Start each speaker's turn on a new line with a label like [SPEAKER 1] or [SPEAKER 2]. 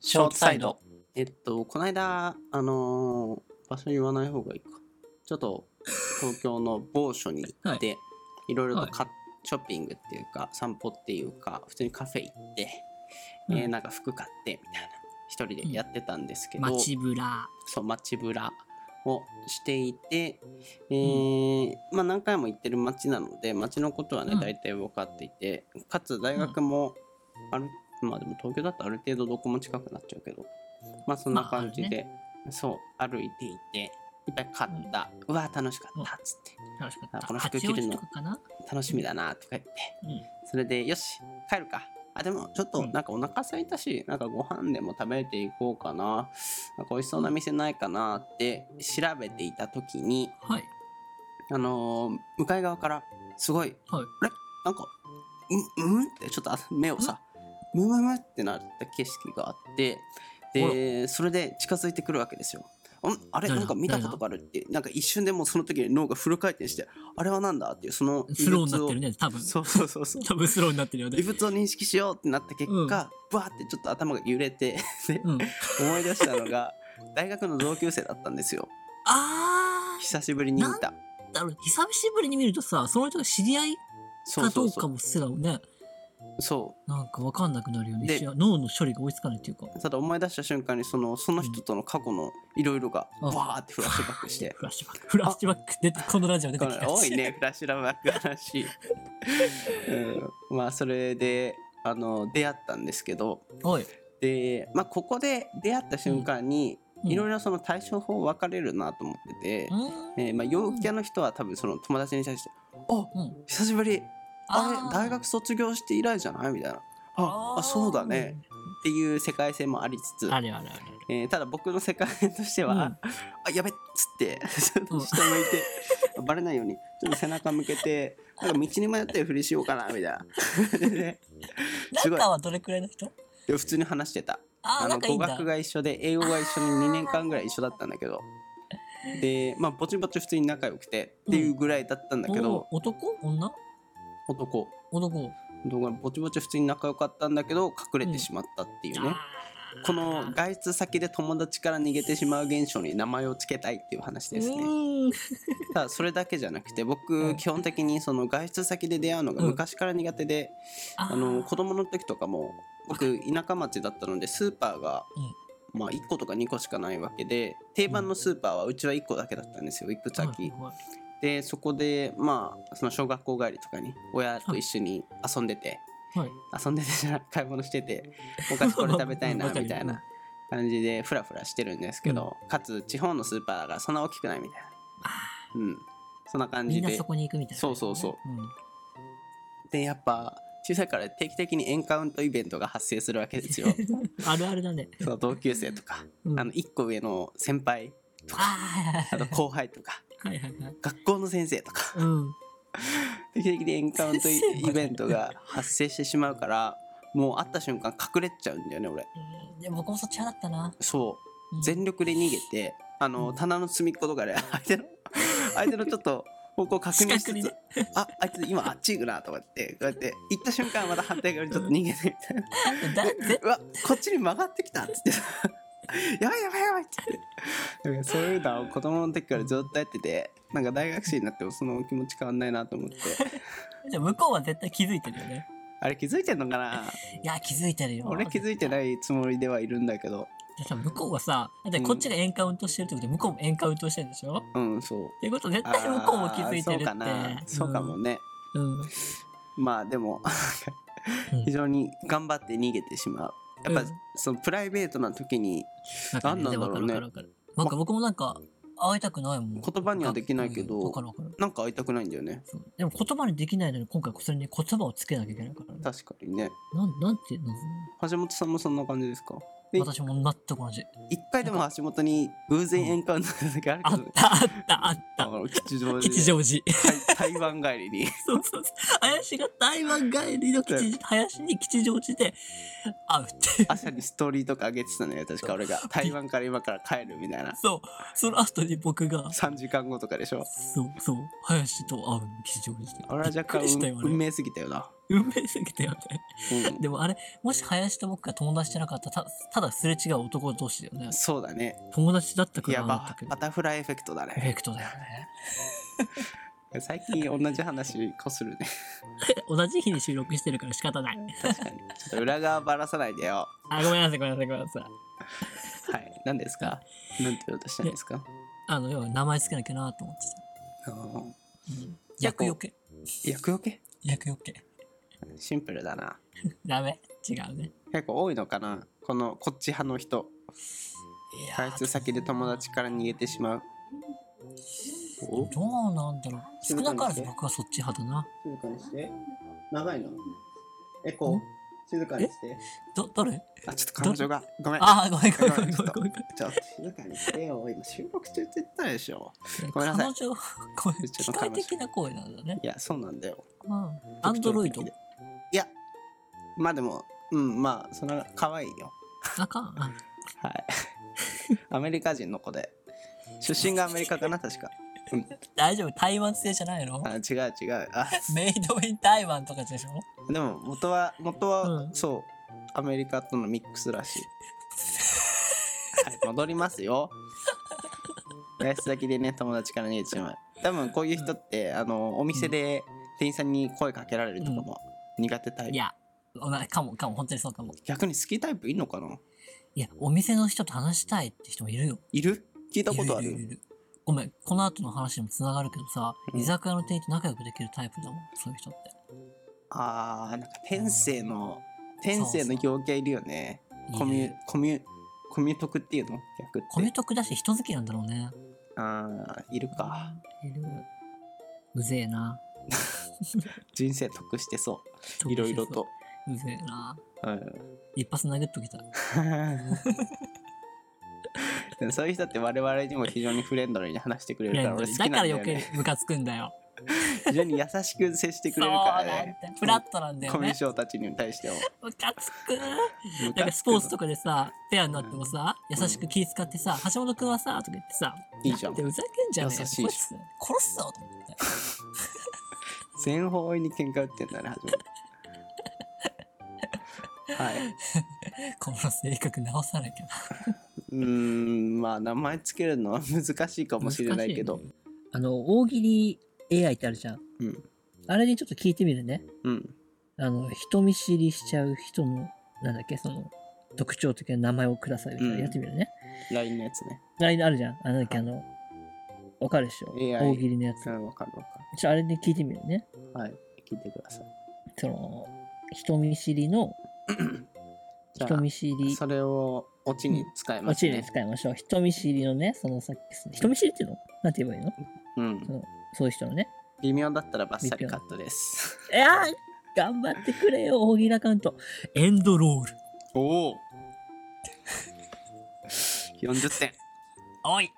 [SPEAKER 1] ショートサイド。
[SPEAKER 2] えっと、この間、あのー場所言わない方がいいか。ちょっと、東京の某所に行って、い、ろいろとか、ショッピングっていうか、散歩っていうか、普通にカフェ行って、えー
[SPEAKER 1] うん
[SPEAKER 2] なんか服買って、みたいな、一人でやってたんですけど、
[SPEAKER 1] 街ぶら。
[SPEAKER 2] そう、街ぶらをしていて、えーまあ何回も行ってる街なので、街のことはね
[SPEAKER 1] う、ん
[SPEAKER 2] 大体分かっていて、かつ大学も、ある、まあでも東京だとある程度どこも近くなっちゃうけど、まあそんな
[SPEAKER 1] まああ
[SPEAKER 2] 感
[SPEAKER 1] る
[SPEAKER 2] じで、そう、歩いていて、いっぱい買った、うわ、楽しかったっつって、
[SPEAKER 1] 楽しかった。
[SPEAKER 2] あこの服
[SPEAKER 1] 八
[SPEAKER 2] 着
[SPEAKER 1] 王
[SPEAKER 2] る
[SPEAKER 1] 子
[SPEAKER 2] の
[SPEAKER 1] とかかな
[SPEAKER 2] 楽しみだなとか言って、
[SPEAKER 1] う
[SPEAKER 2] それで、よし、帰るか。あ、でも、ちょっと、
[SPEAKER 1] うん
[SPEAKER 2] なんかお腹空いたし、なんかご飯でも食べていこうかな。なんか美味しそうな店ないかなって調べていた時に、
[SPEAKER 1] ん。はい。
[SPEAKER 2] あのー向かい側から、すごい、
[SPEAKER 1] はい。
[SPEAKER 2] なんか、うん、うんって、ちょっとあ目をさ、むむむってなった景色があって、で、それで近づいてくるわけですよ。んあれ
[SPEAKER 1] 誰だ
[SPEAKER 2] なんか見たことがあるって、なんか一瞬でもうその時に脳がフル回転して、あれはなんだっていう、その異物を、
[SPEAKER 1] スローになってるね、多分。
[SPEAKER 2] そうそうそうそう。
[SPEAKER 1] 多分スローになってるよね
[SPEAKER 2] 異。物を認識しようってなった結
[SPEAKER 1] うん
[SPEAKER 2] 果、ブワーってちょっと頭が揺れ てで
[SPEAKER 1] うん。
[SPEAKER 2] 思い出したのが大学の同級生だったんですよ
[SPEAKER 1] あ
[SPEAKER 2] 久しぶりに見た
[SPEAKER 1] ー、だろう、久しぶりに見るとさ、その人が知り合い
[SPEAKER 2] そ
[SPEAKER 1] か
[SPEAKER 2] うそ
[SPEAKER 1] ど
[SPEAKER 2] う
[SPEAKER 1] う
[SPEAKER 2] そ
[SPEAKER 1] か
[SPEAKER 2] う
[SPEAKER 1] もせだもんね。
[SPEAKER 2] そ
[SPEAKER 1] なんかわかんなくなるよね。
[SPEAKER 2] で
[SPEAKER 1] 一瞬脳の処理が追いつかないっていうか。
[SPEAKER 2] うただ思い出した瞬間にそのその人との過去のいろいろが
[SPEAKER 1] うん
[SPEAKER 2] バーってフラッシュバック して
[SPEAKER 1] フラッシュバック。フラッシュバックで、このラジオ出
[SPEAKER 2] こ
[SPEAKER 1] て
[SPEAKER 2] れ
[SPEAKER 1] きた
[SPEAKER 2] 多い。ねフラッシュバック話、 うん、まあそれであの出会ったんですけど
[SPEAKER 1] おい。
[SPEAKER 2] でまあここで出会った瞬間にいろい
[SPEAKER 1] ろ。
[SPEAKER 2] ろその対処法分かれるなと思ってて、
[SPEAKER 1] うん。
[SPEAKER 2] えーまあ、陽キャの人は多分その友達に対して「あ
[SPEAKER 1] うん
[SPEAKER 2] 久しぶりあ
[SPEAKER 1] ー
[SPEAKER 2] れ大学卒業して以来じゃない?」みたいな「ああ
[SPEAKER 1] ー
[SPEAKER 2] そうだね」っていう世界線もありつつ、
[SPEAKER 1] あれあれあれ。
[SPEAKER 2] えーただ僕の世界線としては「
[SPEAKER 1] うん
[SPEAKER 2] あやべっ」つってちょっ
[SPEAKER 1] う
[SPEAKER 2] と
[SPEAKER 1] ん
[SPEAKER 2] 下向いて、バレないようにちょっと背中向けてなんか道に迷ってるふりしようかなみたいなすごい
[SPEAKER 1] 中はどれくらいの人
[SPEAKER 2] で普通に話してた。
[SPEAKER 1] あ
[SPEAKER 2] あ
[SPEAKER 1] ー、
[SPEAKER 2] の
[SPEAKER 1] 仲いい
[SPEAKER 2] 語
[SPEAKER 1] んだ。
[SPEAKER 2] 学が一緒で英語が一緒に
[SPEAKER 1] あー
[SPEAKER 2] 2年間ぐらい一緒だったんだけどでまあぼちぼち普通に仲良くてっていうぐらいだったんだけど、
[SPEAKER 1] お男女
[SPEAKER 2] 男
[SPEAKER 1] 男
[SPEAKER 2] 男がぼちぼち普通に仲良かったんだけど隠れてしまったっていうね、この外出先で友達から逃げてしまう現象に名前を付けたいっていう話ですね、
[SPEAKER 1] ね
[SPEAKER 2] ただそれだけじゃなくて
[SPEAKER 1] う
[SPEAKER 2] 僕
[SPEAKER 1] ん
[SPEAKER 2] 基本的にその外出先で出会うのが
[SPEAKER 1] うん
[SPEAKER 2] 昔から苦手で、
[SPEAKER 1] あ
[SPEAKER 2] あの子供の時とかも僕田舎町だったのでスーパーが、まあ、1個とか2個しかないわけで定番のスーパーはうちは1個だけだったんですよ1個先、でそこでまあその小学校帰りとかに親と一緒に遊んでて、
[SPEAKER 1] はい
[SPEAKER 2] 遊んでてじゃない買い物しててお菓子これ食べたいな
[SPEAKER 1] わかる
[SPEAKER 2] みたい な感じでフラフラしてるんですけど、かつ地方のスーパーだからそんな大きくないみたいなうんそんな感
[SPEAKER 1] み
[SPEAKER 2] じ
[SPEAKER 1] んな
[SPEAKER 2] で
[SPEAKER 1] そこに行くみたいな
[SPEAKER 2] そうそうそうでやっぱ小さいから定期的にエンカウントイベントが発生するわけ ですよ
[SPEAKER 1] うんあるあるだね
[SPEAKER 2] その同級生とか
[SPEAKER 1] うん
[SPEAKER 2] あの1個上の先輩と
[SPEAKER 1] あー
[SPEAKER 2] か
[SPEAKER 1] は
[SPEAKER 2] あと後輩とか
[SPEAKER 1] いはいはいはいはい
[SPEAKER 2] 学校の先生とか
[SPEAKER 1] うん
[SPEAKER 2] 定期的にエンカウントイ
[SPEAKER 1] 先生まで
[SPEAKER 2] イベントが発生してしまうからもう会った瞬間隠れちゃうんだよね俺
[SPEAKER 1] うんでも僕もそっち派だったな
[SPEAKER 2] そう
[SPEAKER 1] うん
[SPEAKER 2] 全力で逃げてあの
[SPEAKER 1] うん
[SPEAKER 2] 棚の隅っことかで相手の相手のちょっと方向確認しつつ、
[SPEAKER 1] 視覚にね
[SPEAKER 2] ああいつ今あっち行くなとかってこうやって行った瞬間また反対側にちょっと逃げてみたいな
[SPEAKER 1] だぜ
[SPEAKER 2] うわこっちに曲がってきたっつって やばいやばいやばいっつってだからそういうのを子供の時からずっとやっててなんか大学生になってもその気持ち変わんないなと思って
[SPEAKER 1] じゃあ向こうは絶対気づいてるよね
[SPEAKER 2] あれ気づいてんのか ない
[SPEAKER 1] や気づいてるよ
[SPEAKER 2] 俺気づいて
[SPEAKER 1] い
[SPEAKER 2] ないつもりではいるんだけど
[SPEAKER 1] 向こうはさだってこっちがエンカウントしてるってことで向こうもエンカウントしてるんでしょ
[SPEAKER 2] うんそう
[SPEAKER 1] っていうことは絶
[SPEAKER 2] あ
[SPEAKER 1] 対向こうも気づいてるって
[SPEAKER 2] ーそうかなそうかもね、
[SPEAKER 1] うんうん
[SPEAKER 2] まあでも非常に頑張って逃げてしまうやっぱ、
[SPEAKER 1] うん
[SPEAKER 2] そのプライベートな時に
[SPEAKER 1] なんかね
[SPEAKER 2] 何なんだろうね
[SPEAKER 1] わかるわかるわかるなんか僕もなんか会いたくないもん。
[SPEAKER 2] 言葉にはできないけど
[SPEAKER 1] うんわかるわかる。
[SPEAKER 2] なんか会いたくないんだよね
[SPEAKER 1] そうでも言葉にできないのに今回それに言葉をつけなきゃいけないからね。
[SPEAKER 2] 確かにね
[SPEAKER 1] なんなんていうの
[SPEAKER 2] 橋本さんもそんな感じですかえ
[SPEAKER 1] 私も全く同じ。
[SPEAKER 2] 一回でも橋本に偶然エンカウントした時ある
[SPEAKER 1] あ
[SPEAKER 2] け
[SPEAKER 1] っ
[SPEAKER 2] どね
[SPEAKER 1] たあったあっ
[SPEAKER 2] あ
[SPEAKER 1] た。
[SPEAKER 2] の吉祥
[SPEAKER 1] 吉
[SPEAKER 2] 寺で
[SPEAKER 1] 祥寺。
[SPEAKER 2] 台台湾帰りに
[SPEAKER 1] そうそうそう。林が台湾帰りの吉祥林に吉祥寺で会うっていう。
[SPEAKER 2] 朝にストーリーとか上げてたのよ確か俺が台湾から今から帰るみたいな
[SPEAKER 1] そう。その後に僕が、
[SPEAKER 2] 3時間後とかでしょ
[SPEAKER 1] そうそう。林と会うの吉祥寺で。
[SPEAKER 2] あれは
[SPEAKER 1] びっ
[SPEAKER 2] 若
[SPEAKER 1] く
[SPEAKER 2] 干
[SPEAKER 1] りしたよ
[SPEAKER 2] 運
[SPEAKER 1] ね。
[SPEAKER 2] 命すぎたよな
[SPEAKER 1] 運命すぎたよね。
[SPEAKER 2] うん
[SPEAKER 1] でもあれ、もし林と僕が友達じゃなかったら、たただすれ違う男同士だよね。
[SPEAKER 2] そうだね。
[SPEAKER 1] 友達だったか
[SPEAKER 2] い
[SPEAKER 1] ら
[SPEAKER 2] や
[SPEAKER 1] なんだ
[SPEAKER 2] ば
[SPEAKER 1] ったけ、ど
[SPEAKER 2] バ。タフライエフェクトだ
[SPEAKER 1] エフェ
[SPEAKER 2] ね。
[SPEAKER 1] クトだよ ね。
[SPEAKER 2] 最近同じ話こする ね。
[SPEAKER 1] 同じ日に収録してるから仕方ない。
[SPEAKER 2] 確かに。ちょっと裏側ばらさないでよ。
[SPEAKER 1] あ、ごめんなさい、ごめんなさい、ごめんなさい。
[SPEAKER 2] はい。何ですかなんて言おうとしたんですか
[SPEAKER 1] あの、要は名前つけなきゃなと思っ
[SPEAKER 2] あ
[SPEAKER 1] て
[SPEAKER 2] の
[SPEAKER 1] た。うん。厄除け。
[SPEAKER 2] 厄除け
[SPEAKER 1] 厄除け。
[SPEAKER 2] シンプルだな。
[SPEAKER 1] ダメ。違うね。
[SPEAKER 2] 結構多いのかなこのこっち派の人。
[SPEAKER 1] いやー
[SPEAKER 2] 外出先で友達から逃げてしまう。お
[SPEAKER 1] どうなんだろう。少なからず僕はそっち派だな。
[SPEAKER 2] 静かにして。長いのエ
[SPEAKER 1] ん
[SPEAKER 2] 静か
[SPEAKER 1] に
[SPEAKER 2] して。
[SPEAKER 1] ど、誰
[SPEAKER 2] あ、ちょっと彼女が。ごめん。
[SPEAKER 1] あー、ごめんごめんごめんごめんごめん。
[SPEAKER 2] ちょっと静かにしてよ。今収録中って言ったでしょ。ごめん
[SPEAKER 1] 彼
[SPEAKER 2] なさい
[SPEAKER 1] 女、これ、
[SPEAKER 2] うち
[SPEAKER 1] 機
[SPEAKER 2] の彼
[SPEAKER 1] 械
[SPEAKER 2] 女
[SPEAKER 1] 的な声なんだね。
[SPEAKER 2] いや、そうなんだよ。
[SPEAKER 1] うん。アンドロイド
[SPEAKER 2] 特徴。的でいや、まあでも、うん、まあ、その可愛いよ。
[SPEAKER 1] あかん。あ
[SPEAKER 2] はい。 アメリカ人の子で。出身がアメリカかな、確か。
[SPEAKER 1] 大丈夫。台湾製じゃないの
[SPEAKER 2] あ、違う違う。 あ、
[SPEAKER 1] メイドイン台湾とかでしょ
[SPEAKER 2] でも、元は、元は、
[SPEAKER 1] うん
[SPEAKER 2] そう、アメリカとのミックスらしい。はい、戻ります よ。外出先でね、友達から逃げてしまう。多分、こういう人って、あの、お店で店員さんに声かけられるとかも苦手タイプ。
[SPEAKER 1] いや、おなかも、かも、本当にそうかも。
[SPEAKER 2] 逆に好きタイプいんのかない
[SPEAKER 1] や、お店の人と話したいって人もいるよ。
[SPEAKER 2] いる聞いたことあ
[SPEAKER 1] いるい
[SPEAKER 2] る
[SPEAKER 1] いるいるごめん、この後の話にもつながるけどさ、
[SPEAKER 2] うん
[SPEAKER 1] 居酒屋の店員と仲良くできるタイプだもん、そういう人って。
[SPEAKER 2] あーなんか天性の天性の行形いるよねコミ
[SPEAKER 1] い
[SPEAKER 2] ュ
[SPEAKER 1] る
[SPEAKER 2] コミュコミュ徳っていうの逆って
[SPEAKER 1] コミュ得だし人好きなんだろうね。
[SPEAKER 2] あーいるか
[SPEAKER 1] いる。うぜえな。
[SPEAKER 2] 人生得してそういろいろと、
[SPEAKER 1] うぜえな。
[SPEAKER 2] うん、
[SPEAKER 1] 一発殴っときたい。
[SPEAKER 2] でもそういう人って我々にも非常にフレンドリーに話してくれるから俺好きな
[SPEAKER 1] だ
[SPEAKER 2] ん
[SPEAKER 1] から
[SPEAKER 2] だよ
[SPEAKER 1] 余計
[SPEAKER 2] ね
[SPEAKER 1] ムカつくんだよ。
[SPEAKER 2] 非常に優しく接してくれるからね
[SPEAKER 1] そうなんだよフラットなんだよ
[SPEAKER 2] コミュ
[SPEAKER 1] ね。
[SPEAKER 2] 障たちに対しても
[SPEAKER 1] ムカつく。なんかスポーツとかでさ、ペアになってもさ、
[SPEAKER 2] ん
[SPEAKER 1] 優しく気遣ってさ、橋本くんはさ、とか言ってさ、
[SPEAKER 2] いいじゃん
[SPEAKER 1] なんでふざけんじゃねえよ。
[SPEAKER 2] 優しい
[SPEAKER 1] こい
[SPEAKER 2] し
[SPEAKER 1] つ殺すぞと思って。
[SPEAKER 2] 全方位に喧嘩売ってんだね初めはい
[SPEAKER 1] この性格直さなきゃ。
[SPEAKER 2] うーんまあ名前つけるのは難しいかもしれないけど
[SPEAKER 1] 難しいよねあの、大喜利 AI ってあるじゃん。
[SPEAKER 2] うん
[SPEAKER 1] あれにちょっと聞いてみるね。
[SPEAKER 2] うん
[SPEAKER 1] あの、人見知りしちゃう人の、なんだっけ、その、特徴的な名前をくださいみたいな
[SPEAKER 2] うん
[SPEAKER 1] やってみるね。
[SPEAKER 2] LINE のやつね
[SPEAKER 1] あれあるじゃん。あの、なんだっけ、あの、わかるでしょ。
[SPEAKER 2] AI
[SPEAKER 1] 大喜利のやつ。ち
[SPEAKER 2] う
[SPEAKER 1] ょ
[SPEAKER 2] んわかるわか
[SPEAKER 1] っとあれで聞いてみるね。
[SPEAKER 2] るはい聞いてください
[SPEAKER 1] その、人見知りの、
[SPEAKER 2] じゃ
[SPEAKER 1] 人見知
[SPEAKER 2] あ
[SPEAKER 1] り、
[SPEAKER 2] それをオチに使い
[SPEAKER 1] も
[SPEAKER 2] ます
[SPEAKER 1] ちろん
[SPEAKER 2] ね
[SPEAKER 1] 使いましょう。人見知りのね、そのさっき、人見知りっていうのなんて言えばいいの
[SPEAKER 2] うん
[SPEAKER 1] そういう人のね。
[SPEAKER 2] 微妙だったらバッサリカットです
[SPEAKER 1] いやー頑張ってくれよ、大喜利アカウント。エンドロール。
[SPEAKER 2] おお40点
[SPEAKER 1] おい